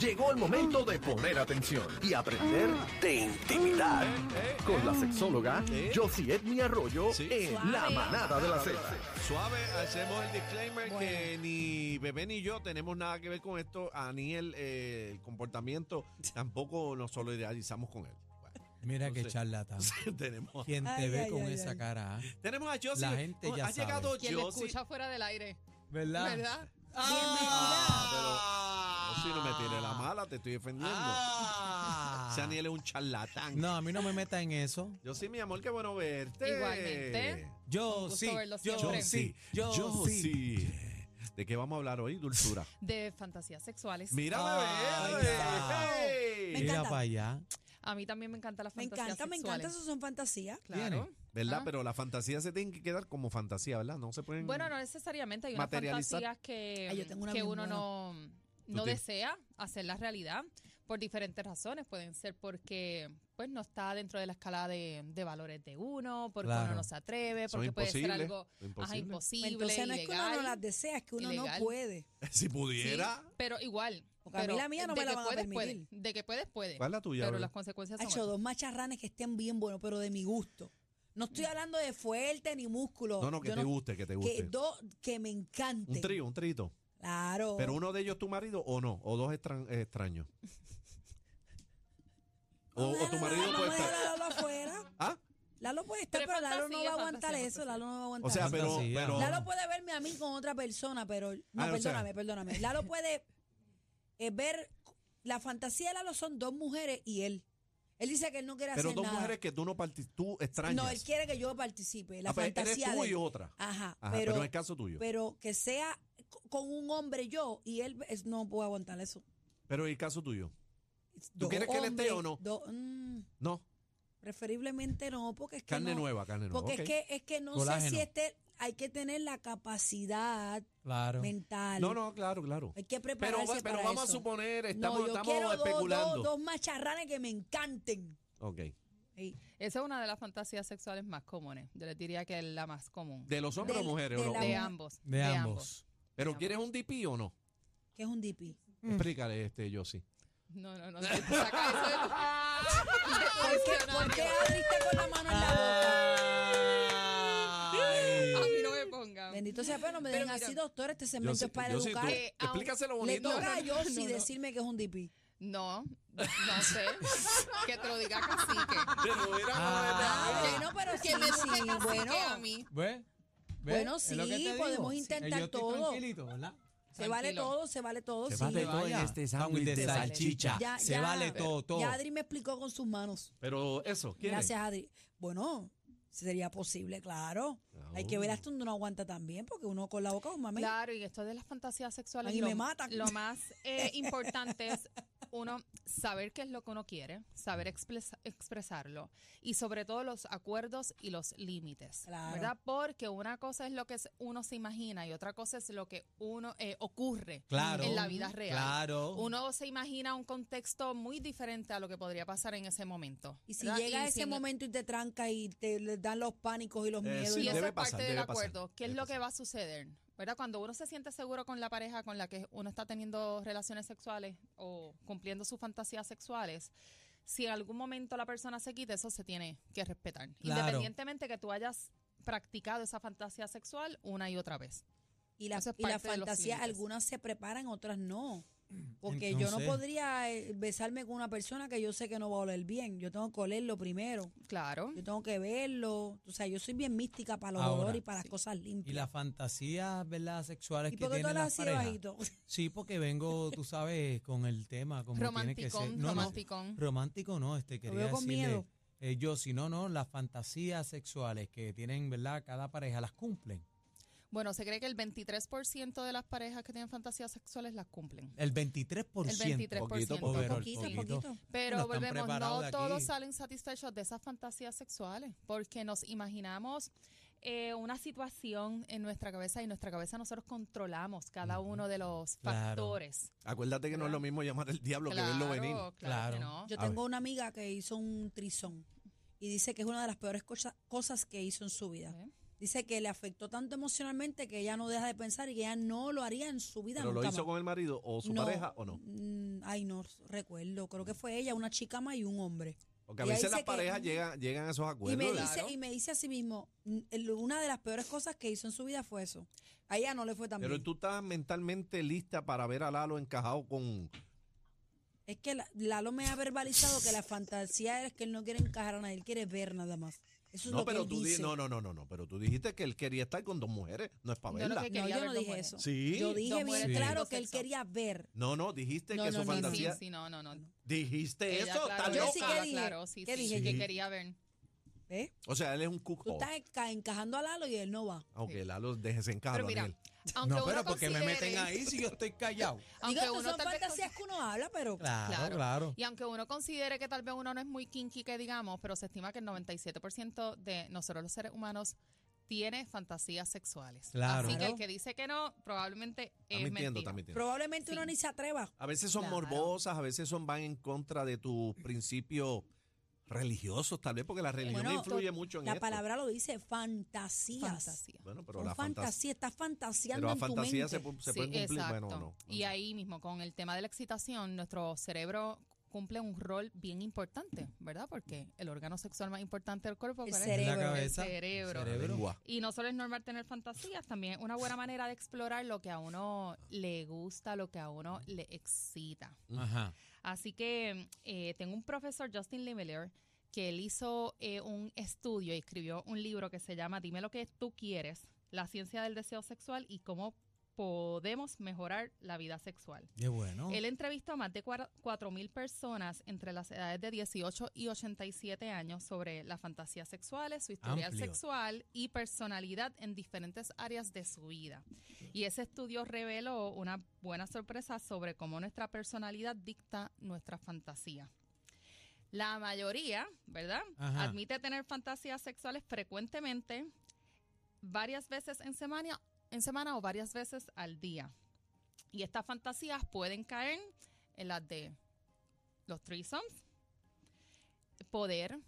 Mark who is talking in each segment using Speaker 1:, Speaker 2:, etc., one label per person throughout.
Speaker 1: Llegó el momento de poner atención y aprender de intimidad con la sexóloga Josie Edmi Arroyo
Speaker 2: Sí.
Speaker 1: en La Manada de la Z.
Speaker 2: Suave, hacemos el disclaimer que ni Bebé ni yo tenemos nada que ver con esto, ah, ni el, eh, el comportamiento, tampoco nos solidarizamos con él.
Speaker 3: Mira qué
Speaker 2: Entonces-
Speaker 3: charlatán.
Speaker 2: Bueno, tenemos,
Speaker 3: Quien te
Speaker 4: Ay,
Speaker 3: ve
Speaker 4: ay,
Speaker 3: con
Speaker 4: ay,
Speaker 3: esa
Speaker 4: ay.
Speaker 3: cara, ¿ah?
Speaker 2: tenemos a Josie.
Speaker 3: La gente
Speaker 2: Oh,
Speaker 3: ya
Speaker 2: ha
Speaker 3: sabe.
Speaker 2: llegado
Speaker 5: Quien lo
Speaker 2: Josie.
Speaker 5: escucha fuera del aire,
Speaker 3: ¿verdad?
Speaker 5: ¿verdad?
Speaker 2: Ah, pero- Josie, no me tires la mala, te estoy defendiendo. O sea, ni él es un charlatán.
Speaker 3: Ah. No, a mí no me meta en eso.
Speaker 2: Josie, mi amor, qué bueno verte.
Speaker 5: Igualmente. Un
Speaker 3: Yo
Speaker 5: gusto
Speaker 3: sí,
Speaker 5: verlo
Speaker 3: yo
Speaker 5: siempre.
Speaker 3: sí, yo, sí.
Speaker 2: ¿De qué vamos a hablar hoy, dulzura?
Speaker 5: De fantasías sexuales.
Speaker 2: Mira,
Speaker 3: Ay,
Speaker 2: bebé.
Speaker 3: ya.
Speaker 2: Hey.
Speaker 4: Me
Speaker 3: Mira
Speaker 4: encanta.
Speaker 3: para allá.
Speaker 5: A mí también me encanta las
Speaker 4: Me
Speaker 5: fantasías
Speaker 4: encanta, me encanta,
Speaker 5: sexuales.
Speaker 4: eso son fantasías.
Speaker 5: Claro.
Speaker 2: ¿Verdad?
Speaker 5: Ah.
Speaker 2: Pero la fantasía se tiene que quedar como fantasía, ¿verdad? No se pueden.
Speaker 5: Bueno, no necesariamente. Hay unas
Speaker 2: Materializar.
Speaker 5: fantasías que,
Speaker 4: Ay, yo tengo una
Speaker 5: que
Speaker 4: bien
Speaker 5: uno
Speaker 4: buena.
Speaker 5: no, no
Speaker 2: Tú tienes-
Speaker 5: desea hacerlas realidad por diferentes razones. Pueden ser porque pues no está dentro de la escala de, de valores de uno, porque
Speaker 3: Claro.
Speaker 5: uno no se atreve,
Speaker 2: Son
Speaker 5: porque puede ser
Speaker 2: imposibles,
Speaker 5: algo
Speaker 2: son
Speaker 5: ajá,
Speaker 2: imposibles.
Speaker 5: imposible,
Speaker 4: Entonces no es que uno no
Speaker 5: ilegal.
Speaker 4: las desea, es que uno
Speaker 5: ilegal.
Speaker 4: no puede.
Speaker 2: si
Speaker 5: Sí,
Speaker 2: pudiera.
Speaker 5: pero igual.
Speaker 4: Porque a mí
Speaker 5: pero
Speaker 4: la mía no
Speaker 5: de
Speaker 4: me la
Speaker 5: que
Speaker 4: van a
Speaker 5: puedes, puedes.
Speaker 4: permitir.
Speaker 5: De que puedes, puedes.
Speaker 2: ¿Cuál es la tuya?
Speaker 5: Pero
Speaker 2: bro?
Speaker 5: las consecuencias
Speaker 4: Ha
Speaker 5: son
Speaker 4: hecho
Speaker 5: otras.
Speaker 4: dos macharranes que estén bien buenos, pero de mi gusto. No
Speaker 5: Mm.
Speaker 4: estoy hablando de fuerte ni músculo.
Speaker 2: no, no, que
Speaker 4: Yo
Speaker 2: te guste, que te
Speaker 4: Que,
Speaker 2: guste.
Speaker 4: dos que me encanten.
Speaker 2: Un trío, un trito.
Speaker 4: Claro.
Speaker 2: Pero uno de ellos tu marido o no, o dos extran- eh, extraños. O, o tu marido
Speaker 4: no,
Speaker 2: puede estar.
Speaker 4: Lalo afuera.
Speaker 2: ¿Ah,
Speaker 4: Lalo puede estar,
Speaker 5: Pero
Speaker 4: pero Lalo no va
Speaker 5: fantasía,
Speaker 4: a aguantar
Speaker 5: fantasía,
Speaker 4: eso.
Speaker 5: fantasía.
Speaker 4: Lalo no va a aguantar
Speaker 2: o sea,
Speaker 4: eso.
Speaker 2: pero,
Speaker 3: Fantasía.
Speaker 2: pero
Speaker 4: Lalo puede verme a mí con otra persona, pero. No,
Speaker 2: Ah, o sea.
Speaker 4: perdóname, perdóname. Lalo puede eh, ver. La fantasía de Lalo son dos mujeres y él. Él dice que él no quiere
Speaker 2: pero
Speaker 4: hacer
Speaker 2: dos
Speaker 4: nada.
Speaker 2: mujeres que tú no parti- tú extrañas.
Speaker 4: No, él quiere que yo participe. La
Speaker 2: Ah, pues,
Speaker 4: fantasía
Speaker 2: eres tú
Speaker 4: de
Speaker 2: y
Speaker 4: él.
Speaker 2: otra.
Speaker 4: Ajá,
Speaker 2: Ajá, pero,
Speaker 4: pero, pues
Speaker 2: en el caso tuyo.
Speaker 4: pero que sea co- con un hombre yo y él es- no puedo aguantar eso.
Speaker 2: Pero en el caso tuyo.
Speaker 4: Dos
Speaker 2: quieres que él esté
Speaker 4: hombres,
Speaker 2: o no?
Speaker 4: dos- mm,
Speaker 2: No,
Speaker 4: preferiblemente no, porque es que
Speaker 2: carne
Speaker 4: no-
Speaker 2: nueva, carne nueva. ok.
Speaker 4: Porque es que es que no sé
Speaker 3: Colágeno.
Speaker 4: si este hay que tener la capacidad
Speaker 3: Claro.
Speaker 4: mental.
Speaker 2: No, no, claro, claro.
Speaker 4: Hay que
Speaker 2: Pero,
Speaker 4: prepararse
Speaker 2: pero
Speaker 4: para
Speaker 2: vamos
Speaker 4: eso.
Speaker 2: a suponer, estamos,
Speaker 4: no, yo
Speaker 2: estamos
Speaker 4: quiero dos-
Speaker 2: especulando.
Speaker 4: Dos, dos macharranes que me encanten.
Speaker 2: Ok.
Speaker 4: Sí.
Speaker 5: Esa es una de las fantasías sexuales más comunes. Yo les diría que es la más común. De,
Speaker 2: ¿De los hombres
Speaker 4: Del-
Speaker 2: o mujeres? o
Speaker 4: de
Speaker 2: no?
Speaker 4: la-
Speaker 5: ambos.
Speaker 3: De, ambos.
Speaker 2: ¿Pero
Speaker 5: de
Speaker 2: quieres un DP o no?
Speaker 4: Que es un DP.
Speaker 2: Explícale, este, Yossi.
Speaker 5: No, no, no. no, saca eso de tu- de tu
Speaker 4: ¿Por qué,
Speaker 5: diccionario.
Speaker 4: por qué abriste con la mano en la boca?
Speaker 5: A mí no me pongan.
Speaker 4: Bendito sea, pero no me
Speaker 5: Ah. Pero
Speaker 4: dejen
Speaker 5: mira,
Speaker 4: así, doctor. Este segmento
Speaker 2: Yossi,
Speaker 4: es para
Speaker 2: Yossi, tú,
Speaker 4: educar.
Speaker 5: Eh, aún-
Speaker 2: explícaselo
Speaker 4: Le
Speaker 2: bonito.
Speaker 4: toca a
Speaker 5: no, no,
Speaker 4: yo si
Speaker 5: no, no.
Speaker 4: decirme que es un DP.
Speaker 5: No, no sé. que te lo diga cacique.
Speaker 2: Pero era-
Speaker 3: Ah,
Speaker 4: bueno, pero sí,
Speaker 5: Que me
Speaker 4: sí,
Speaker 5: diga cacique
Speaker 4: bueno.
Speaker 5: a mí.
Speaker 3: ¿Ves? ¿Ves?
Speaker 4: Bueno,
Speaker 3: Es lo
Speaker 4: sí,
Speaker 3: que te digo.
Speaker 4: podemos
Speaker 3: Sí.
Speaker 4: intentar
Speaker 3: Yo estoy
Speaker 4: todo.
Speaker 3: tranquilito, ¿verdad?
Speaker 4: Se vale
Speaker 5: Tranquilo.
Speaker 4: todo, se vale todo.
Speaker 2: Se
Speaker 4: sí.
Speaker 2: vale todo en
Speaker 3: Vaya,
Speaker 2: este
Speaker 3: sándwich de
Speaker 5: se vale.
Speaker 3: salchicha.
Speaker 4: Ya,
Speaker 3: Se
Speaker 4: ya.
Speaker 3: vale todo, todo.
Speaker 4: Ya Adri me explicó con sus manos.
Speaker 2: Pero eso, ¿quién es?
Speaker 4: Gracias, Adri. Bueno, sería posible, claro.
Speaker 2: Ah,
Speaker 4: Hay que ver
Speaker 2: Oh.
Speaker 4: hasta donde uno aguanta también, porque uno con la boca un mami.
Speaker 5: Claro, y esto de las fantasías sexuales.
Speaker 4: Ay,
Speaker 5: lo,
Speaker 4: me matan.
Speaker 5: lo más eh, importante es uno saber qué es lo que uno quiere, saber expresa- expresarlo y sobre todo los acuerdos y los límites.
Speaker 4: Claro.
Speaker 5: ¿Verdad? Porque una cosa es lo que es- uno se imagina y otra cosa es lo que uno eh, ocurre
Speaker 3: Claro.
Speaker 5: en la vida real.
Speaker 3: Claro.
Speaker 5: Uno se imagina un contexto muy diferente a lo que podría pasar en ese momento.
Speaker 4: Y si
Speaker 5: ¿verdad?
Speaker 4: llega ese
Speaker 5: sin-
Speaker 4: momento y te tranca y te le dan los pánicos y los
Speaker 2: Eh,
Speaker 4: miedos.
Speaker 2: sí,
Speaker 4: y
Speaker 5: y
Speaker 4: los-
Speaker 5: eso
Speaker 2: debe
Speaker 5: es parte
Speaker 2: pasar,
Speaker 5: del
Speaker 2: debe pasar,
Speaker 5: acuerdo. ¿Qué es
Speaker 2: debe
Speaker 5: lo que
Speaker 2: pasar.
Speaker 5: va a suceder? ¿Verdad? Cuando uno se siente seguro con la pareja con la que uno está teniendo relaciones sexuales o cumpliendo sus fantasías sexuales, si en algún momento la persona se quita, eso se tiene que respetar.
Speaker 3: Claro.
Speaker 5: Independientemente que tú hayas practicado esa fantasía sexual una y otra vez.
Speaker 4: y la,
Speaker 5: eso es
Speaker 4: y la
Speaker 5: parte de los
Speaker 4: fantasía,
Speaker 5: límites.
Speaker 4: algunas se preparan, otras no. Porque yo no
Speaker 3: Entonces-
Speaker 4: podría eh, besarme con una persona que yo sé que no va a oler bien. Yo tengo que olerlo primero.
Speaker 5: Claro.
Speaker 4: Yo tengo que verlo. O sea, yo soy bien mística para los
Speaker 3: Ahora,
Speaker 4: olores y para las cosas
Speaker 3: Y
Speaker 4: limpias.
Speaker 3: las fantasías, ¿verdad? Sexuales
Speaker 4: ¿Y
Speaker 3: que
Speaker 4: por qué tú
Speaker 3: tienen
Speaker 4: hablas
Speaker 3: las
Speaker 4: así de
Speaker 3: parejas.
Speaker 4: bajito?
Speaker 3: Sí, porque vengo, tú sabes, con el tema como tiene que ser.
Speaker 5: Romanticón,
Speaker 3: No, no,
Speaker 5: romanticón.
Speaker 3: romántico no, este quería
Speaker 4: veo con
Speaker 3: decirle,
Speaker 4: miedo.
Speaker 3: eh, yo, si no, no, las fantasías sexuales que tienen, ¿verdad? Cada pareja las cumplen.
Speaker 5: Bueno, se cree que el 23% de las parejas que tienen fantasías sexuales las cumplen.
Speaker 3: El 23%.
Speaker 5: El 23%.
Speaker 2: Poquito,
Speaker 3: Overall,
Speaker 4: poquito,
Speaker 3: poquito.
Speaker 4: poquito.
Speaker 5: Pero
Speaker 3: No están
Speaker 5: volvemos,
Speaker 3: preparados de
Speaker 5: no
Speaker 3: aquí.
Speaker 5: todos salen satisfechos de esas fantasías sexuales, porque nos imaginamos eh, una situación en nuestra cabeza y nuestra cabeza nosotros controlamos cada uno de los
Speaker 3: Claro.
Speaker 5: factores.
Speaker 2: Acuérdate que no es lo mismo llamar al diablo que verlo venir.
Speaker 5: claro, claro. que
Speaker 3: Claro.
Speaker 5: no.
Speaker 4: Yo
Speaker 2: A
Speaker 4: tengo una amiga que hizo un trizón y dice que es una de las peores cosa- cosas que hizo en su vida.
Speaker 5: ¿Eh?
Speaker 4: Dice que le afectó tanto emocionalmente que ella no deja de pensar y que ella no lo haría en su vida
Speaker 2: Pero lo
Speaker 4: nunca
Speaker 2: hizo
Speaker 4: más.
Speaker 2: con el marido o su
Speaker 4: No.
Speaker 2: pareja o no.
Speaker 4: Mm, Ay, no recuerdo. Creo que fue ella, una chica más y un hombre.
Speaker 2: Porque a
Speaker 4: Y ahí
Speaker 2: veces las
Speaker 4: dice que-
Speaker 2: parejas llegan, llegan a esos
Speaker 4: y,
Speaker 2: acuerdos.
Speaker 4: me
Speaker 2: de-
Speaker 4: dice, y me dice a sí mismo, mm, el- una de las peores cosas que hizo en su vida fue eso. A ella no le fue tan
Speaker 2: Pero
Speaker 4: bien.
Speaker 2: tú estás mentalmente lista para ver a Lalo encajado con.
Speaker 4: Es que la- Lalo me ha verbalizado que la fantasía es que él no quiere encajar a nadie, él quiere ver nada más. Eso es
Speaker 2: No,
Speaker 4: lo que
Speaker 2: pero
Speaker 4: él
Speaker 2: tú di-
Speaker 4: dice.
Speaker 2: no, no, no, no, no, pero tú dijiste que él quería estar con dos mujeres, no es para
Speaker 5: Yo lo
Speaker 2: verla.
Speaker 5: que-
Speaker 4: No,
Speaker 5: Quería
Speaker 4: yo
Speaker 5: ver
Speaker 4: no
Speaker 5: dos
Speaker 4: dije
Speaker 5: mujeres.
Speaker 4: eso.
Speaker 2: Sí.
Speaker 4: Yo dije
Speaker 5: Dos
Speaker 4: bien
Speaker 5: mujeres
Speaker 4: claro
Speaker 5: teniendo
Speaker 4: que él
Speaker 5: sexo.
Speaker 4: quería ver.
Speaker 2: No, no, dijiste
Speaker 4: No,
Speaker 2: que su
Speaker 4: no, no,
Speaker 5: Sí, sí,
Speaker 2: fantasía.
Speaker 5: sí, no, no, no.
Speaker 2: Dijiste
Speaker 5: Ella
Speaker 2: eso,
Speaker 5: aclaró,
Speaker 2: estás
Speaker 4: Yo
Speaker 2: loca.
Speaker 4: sí
Speaker 5: ella
Speaker 4: que dije.
Speaker 5: aclaró, sí,
Speaker 4: ¿Qué
Speaker 5: sí,
Speaker 4: dije?
Speaker 5: que
Speaker 2: Sí.
Speaker 5: quería ver.
Speaker 4: ¿eh?
Speaker 2: O sea, él es un cook.
Speaker 4: Tú estás enca- encajando a Lalo y él no va.
Speaker 2: Aunque
Speaker 5: Sí.
Speaker 2: Lalo desencajado
Speaker 5: Pero
Speaker 2: a
Speaker 5: mira,
Speaker 2: él.
Speaker 5: aunque
Speaker 3: no, pero
Speaker 5: uno
Speaker 3: porque me meten
Speaker 5: considere-
Speaker 3: ahí si yo estoy callado.
Speaker 5: aunque
Speaker 4: Digo,
Speaker 5: uno
Speaker 4: estas son
Speaker 5: tal vez
Speaker 4: fantasías que uno habla, pero
Speaker 3: Claro,
Speaker 5: Claro.
Speaker 3: claro.
Speaker 5: Y aunque uno considere que tal vez uno no es muy kinky, que digamos, pero se estima que el 97% de nosotros los seres humanos tiene fantasías sexuales.
Speaker 3: Claro.
Speaker 5: Así que el
Speaker 4: Claro.
Speaker 5: que dice que no, probablemente
Speaker 2: Está
Speaker 4: eh,
Speaker 5: es
Speaker 2: mintiendo,
Speaker 5: mentira.
Speaker 2: está mintiendo.
Speaker 4: probablemente uno
Speaker 5: Sí.
Speaker 4: ni se atreva.
Speaker 2: A veces son
Speaker 5: Claro.
Speaker 2: morbosas, a veces son van en contra de tus principios religiosos, tal vez porque la religión
Speaker 4: Bueno,
Speaker 2: influye mucho en
Speaker 4: La
Speaker 2: esto.
Speaker 4: palabra lo dice, fantasías.
Speaker 5: Fantasía.
Speaker 2: Bueno, pero
Speaker 4: Son
Speaker 2: la fantasía,
Speaker 4: fantasías, estás
Speaker 2: pero
Speaker 4: fantaseando
Speaker 2: la
Speaker 4: en tu mente.
Speaker 2: fantasía se, pu- se
Speaker 5: Sí,
Speaker 2: puede cumplir, bueno,
Speaker 5: exacto.
Speaker 2: o no.
Speaker 5: Y ahí mismo, con el tema de la excitación, nuestro cerebro cumple un rol bien importante, ¿verdad? Porque el órgano sexual más importante del cuerpo
Speaker 4: El
Speaker 5: ¿cuál es?
Speaker 4: cerebro.
Speaker 3: La cabeza.
Speaker 5: El cerebro.
Speaker 2: La
Speaker 3: Cerebro.
Speaker 2: lengua.
Speaker 5: Y no solo es normal tener fantasías, también es una buena manera de explorar lo que a uno le gusta, lo que a uno le excita.
Speaker 3: Ajá.
Speaker 5: Así que eh, tengo un profesor, Justin Lemelier, que él hizo eh, un estudio y escribió un libro que se llama Dime lo que tú quieres, la ciencia del deseo sexual y cómo podemos mejorar la vida sexual.
Speaker 3: Qué bueno.
Speaker 5: Él entrevistó a más de cuar- 4.000 personas entre las edades de 18 y 87 años sobre las fantasías sexuales, su historial
Speaker 3: Amplio.
Speaker 5: sexual y personalidad en diferentes áreas de su vida. Y ese estudio reveló una buena sorpresa sobre cómo nuestra personalidad dicta nuestra fantasía. La mayoría, ¿verdad?
Speaker 3: Ajá.
Speaker 5: Admite tener fantasías sexuales frecuentemente, varias veces en semana, en semana o varias veces al día. Y estas fantasías pueden caer en las de los threesomes, poder,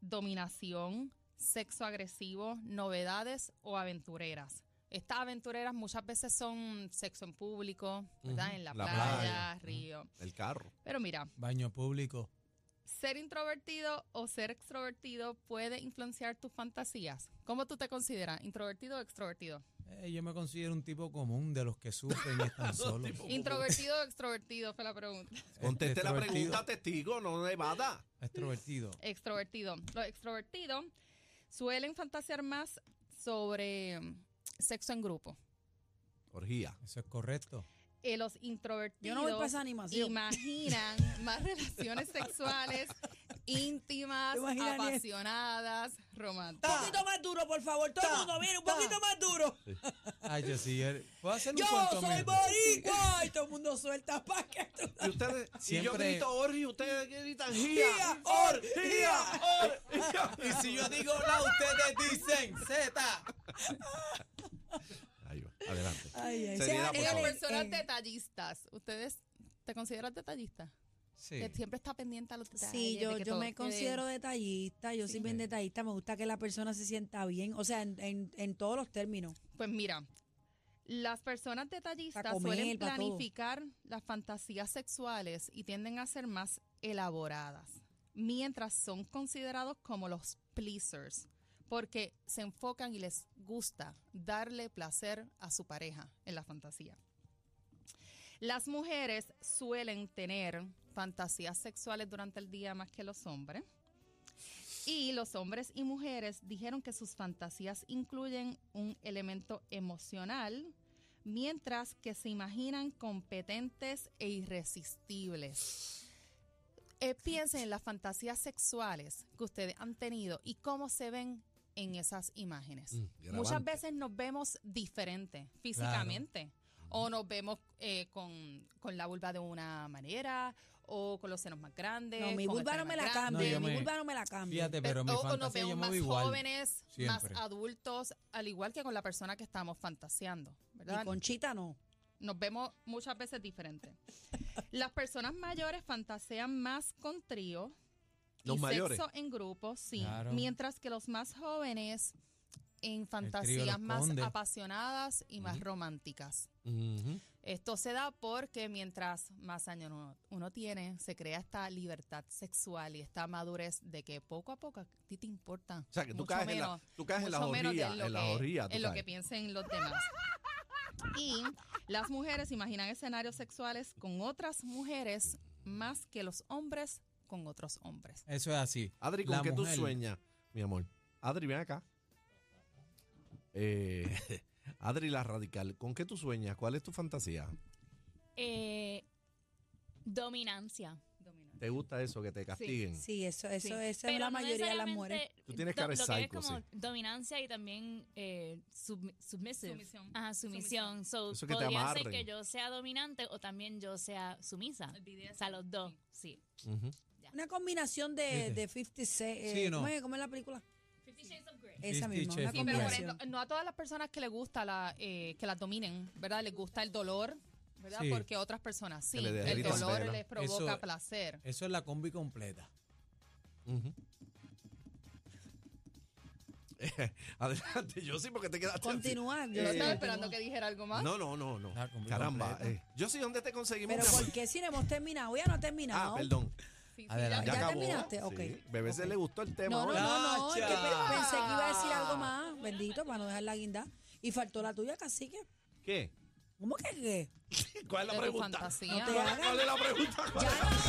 Speaker 5: dominación, sexo agresivo, novedades o aventureras. Estas aventureras muchas veces son sexo en público, ¿verdad?
Speaker 2: Ujú,
Speaker 5: En la,
Speaker 2: la
Speaker 5: playa,
Speaker 2: playa.
Speaker 5: río.
Speaker 2: El carro.
Speaker 5: Pero mira,
Speaker 3: Baño público.
Speaker 5: ser introvertido o ser extrovertido puede influenciar tus fantasías. ¿Cómo tú te consideras? ¿Introvertido o extrovertido?
Speaker 3: Eh, yo me considero un tipo común de los que sufren y están solos. Este,
Speaker 5: ¿Introvertido o extrovertido? Fue la pregunta.
Speaker 2: Conteste la
Speaker 3: extrovertido.
Speaker 2: pregunta, testigo, no nevada.
Speaker 3: Extrovertido.
Speaker 5: Extrovertido. Los extrovertidos suelen fantasear más sobre mm, sexo en grupo.
Speaker 2: Orgía.
Speaker 3: Eso es correcto.
Speaker 5: Eh, los introvertidos
Speaker 4: Yo no voy para esa animación.
Speaker 5: imaginan más relaciones sexuales íntimas,
Speaker 4: ¿Te imaginas, Aniel?
Speaker 5: apasionadas, románticas.
Speaker 4: Un poquito más duro, por favor. Todo el mundo viene un poquito más duro.
Speaker 3: Ay, yo sí. yo- Puedo hacer un
Speaker 4: Yo
Speaker 3: cuento
Speaker 4: soy
Speaker 3: mío?
Speaker 4: boricua. Y todo el mundo suelta para que tú...
Speaker 2: Y ustedes, si yo
Speaker 3: Siempre-
Speaker 2: grito orgía, ustedes gritan
Speaker 4: Orgía,
Speaker 2: gía.
Speaker 4: orgía,
Speaker 2: orgía.
Speaker 3: Y si yo digo la, ustedes dicen Z.
Speaker 2: Ahí va, adelante.
Speaker 4: Ay, ay,
Speaker 2: Seriedad,
Speaker 4: sea-
Speaker 2: por
Speaker 5: Eh,
Speaker 2: favor.
Speaker 5: personas
Speaker 4: Eh,
Speaker 5: detallistas. ¿Ustedes te consideras detallista?
Speaker 3: Sí.
Speaker 5: Que siempre está pendiente a los detalles.
Speaker 4: Sí, yo,
Speaker 5: de que
Speaker 4: yo
Speaker 5: todo Eh,
Speaker 4: me
Speaker 5: quede-
Speaker 4: considero detallista, yo soy bien detallista, me gusta que la persona se sienta bien, o sea, en, en- en todos los términos.
Speaker 5: Pues mira, las personas
Speaker 4: Pa'
Speaker 5: detallistas
Speaker 4: comer,
Speaker 5: suelen
Speaker 4: pa' todo.
Speaker 5: planificar las fantasías sexuales y tienden a ser más elaboradas, mientras son considerados como los pleasers, porque se enfocan y les gusta darle placer a su pareja en la fantasía. Las mujeres suelen tener fantasías sexuales durante el día más que los hombres. Y los hombres y mujeres dijeron que sus fantasías incluyen un elemento emocional, mientras que se imaginan competentes e irresistibles. Eh, piensen en las fantasías sexuales que ustedes han tenido y cómo se ven en esas imágenes.
Speaker 2: Mm,
Speaker 5: Muchas
Speaker 2: grabante.
Speaker 5: veces nos vemos diferentes físicamente. O nos vemos eh, con, con la vulva de una manera, o con los senos más grandes.
Speaker 4: No, mi
Speaker 5: con el
Speaker 4: vulva
Speaker 5: pene
Speaker 4: no me
Speaker 5: más
Speaker 4: la
Speaker 5: grande.
Speaker 4: cambie,
Speaker 3: No, yo
Speaker 4: mi
Speaker 3: me-
Speaker 4: vulva no me la cambie.
Speaker 3: Fíjate, pero mi
Speaker 5: o, o nos
Speaker 3: fantasía
Speaker 5: vemos
Speaker 3: yo me
Speaker 5: más
Speaker 3: veo igual.
Speaker 5: jóvenes,
Speaker 3: Siempre.
Speaker 5: más adultos, al igual que con la persona que estamos fantaseando. ¿verdad?
Speaker 4: Y Conchita no.
Speaker 5: Nos vemos muchas veces diferentes. Las personas mayores fantasean más con trío
Speaker 2: Los
Speaker 5: y
Speaker 2: mayores.
Speaker 5: sexo en grupo, sí.
Speaker 3: Claro.
Speaker 5: Mientras que los más jóvenes en
Speaker 3: los
Speaker 5: fantasías más
Speaker 3: conde.
Speaker 5: apasionadas y más
Speaker 2: Ujú.
Speaker 5: románticas.
Speaker 2: Ujú.
Speaker 5: Esto se da porque mientras más años uno, uno tiene, se crea esta libertad sexual y esta madurez de que poco a poco a ti te importa.
Speaker 2: O sea, que tú
Speaker 5: mucho
Speaker 2: caes, en, la,
Speaker 5: menos
Speaker 2: tú caes en las
Speaker 5: mucho menos de
Speaker 2: orillas,
Speaker 5: lo
Speaker 2: en las
Speaker 5: que-
Speaker 2: orillas. tú
Speaker 5: en lo que
Speaker 2: caes.
Speaker 5: piensen los demás. Y las mujeres imaginan escenarios sexuales con otras mujeres más que los hombres con otros hombres.
Speaker 3: Eso es así.
Speaker 2: Adri, ¿con
Speaker 3: La
Speaker 2: qué
Speaker 3: mujer.
Speaker 2: tú sueñas, mi amor? Adri, ven acá. Eh, Adri, la radical, ¿con qué tú sueñas? ¿Cuál es tu fantasía?
Speaker 6: Eh, dominancia.
Speaker 2: ¿Te gusta eso, que te castiguen?
Speaker 4: Sí, eso, eso,
Speaker 6: Sí.
Speaker 4: eso es
Speaker 6: Pero
Speaker 4: la
Speaker 6: no
Speaker 4: mayoría de las
Speaker 6: necesariamente
Speaker 4: mujeres.
Speaker 2: Tú tienes
Speaker 6: do-
Speaker 2: cara de
Speaker 6: lo que es
Speaker 2: psycho,
Speaker 6: como
Speaker 2: sí.
Speaker 6: Dominancia y también eh, sub- submissive.
Speaker 5: Sumisión.
Speaker 6: Ajá, sumisión. So,
Speaker 2: Eso que te
Speaker 6: podría ser
Speaker 2: amarren.
Speaker 6: que yo sea dominante o también yo sea sumisa. O sea, los dos, sí.
Speaker 2: Ujú.
Speaker 4: Una combinación de,
Speaker 3: ¿Viste?
Speaker 4: de 56. eh,
Speaker 3: Sí, ¿no?
Speaker 4: ¿cómo, es, ¿Cómo es la película?
Speaker 3: Fifty
Speaker 4: Esa misma, una
Speaker 3: Shades of
Speaker 5: Sí, pero por
Speaker 3: Grey.
Speaker 4: combinación.
Speaker 5: ejemplo, no a todas las personas que les gusta la, eh, que las dominen, ¿verdad? Les gusta el dolor, ¿verdad?
Speaker 3: Sí.
Speaker 5: Porque otras personas sí,
Speaker 2: Que le
Speaker 5: el
Speaker 2: derritan
Speaker 5: dolor
Speaker 2: venas.
Speaker 5: les provoca
Speaker 3: Eso-
Speaker 5: placer.
Speaker 3: Eso es la combi completa.
Speaker 2: Ujú. Adelante, yo sí, porque te quedaste. así.
Speaker 4: Continuar. yo
Speaker 5: Yo
Speaker 4: sé
Speaker 5: estaba
Speaker 4: que
Speaker 5: esperando
Speaker 4: continúa.
Speaker 5: que dijera algo más.
Speaker 2: No, no, no, no.
Speaker 3: La combi
Speaker 2: Caramba.
Speaker 3: completa.
Speaker 2: eh, Yo sí, ¿dónde te conseguimos?
Speaker 4: Pero
Speaker 2: mi amor?
Speaker 4: ¿por qué si no hemos terminado? Ya no ha
Speaker 2: ah,
Speaker 4: terminado.
Speaker 2: perdón.
Speaker 5: Sí, sí,
Speaker 3: Adelante.
Speaker 2: Ya,
Speaker 4: ¿Ya
Speaker 2: acabó.
Speaker 4: terminaste?
Speaker 2: Sí,
Speaker 4: Ok,
Speaker 2: Bebé se
Speaker 4: ok.
Speaker 2: le gustó el tema.
Speaker 4: No, no,
Speaker 2: ahora.
Speaker 4: no, no, es que
Speaker 3: ¡Chacha!
Speaker 4: pe- pensé que iba a decir algo más, bendito, para no dejar la guinda. Y faltó la tuya, cacique.
Speaker 2: ¿Qué?
Speaker 4: ¿Cómo que qué?
Speaker 2: ¿Cuál es
Speaker 5: De
Speaker 2: la
Speaker 5: tu
Speaker 2: pregunta?
Speaker 5: fantasía.
Speaker 4: No te
Speaker 2: ¿Cuál es la pregunta? ¿Cuál
Speaker 4: Ya
Speaker 2: es la-
Speaker 4: no.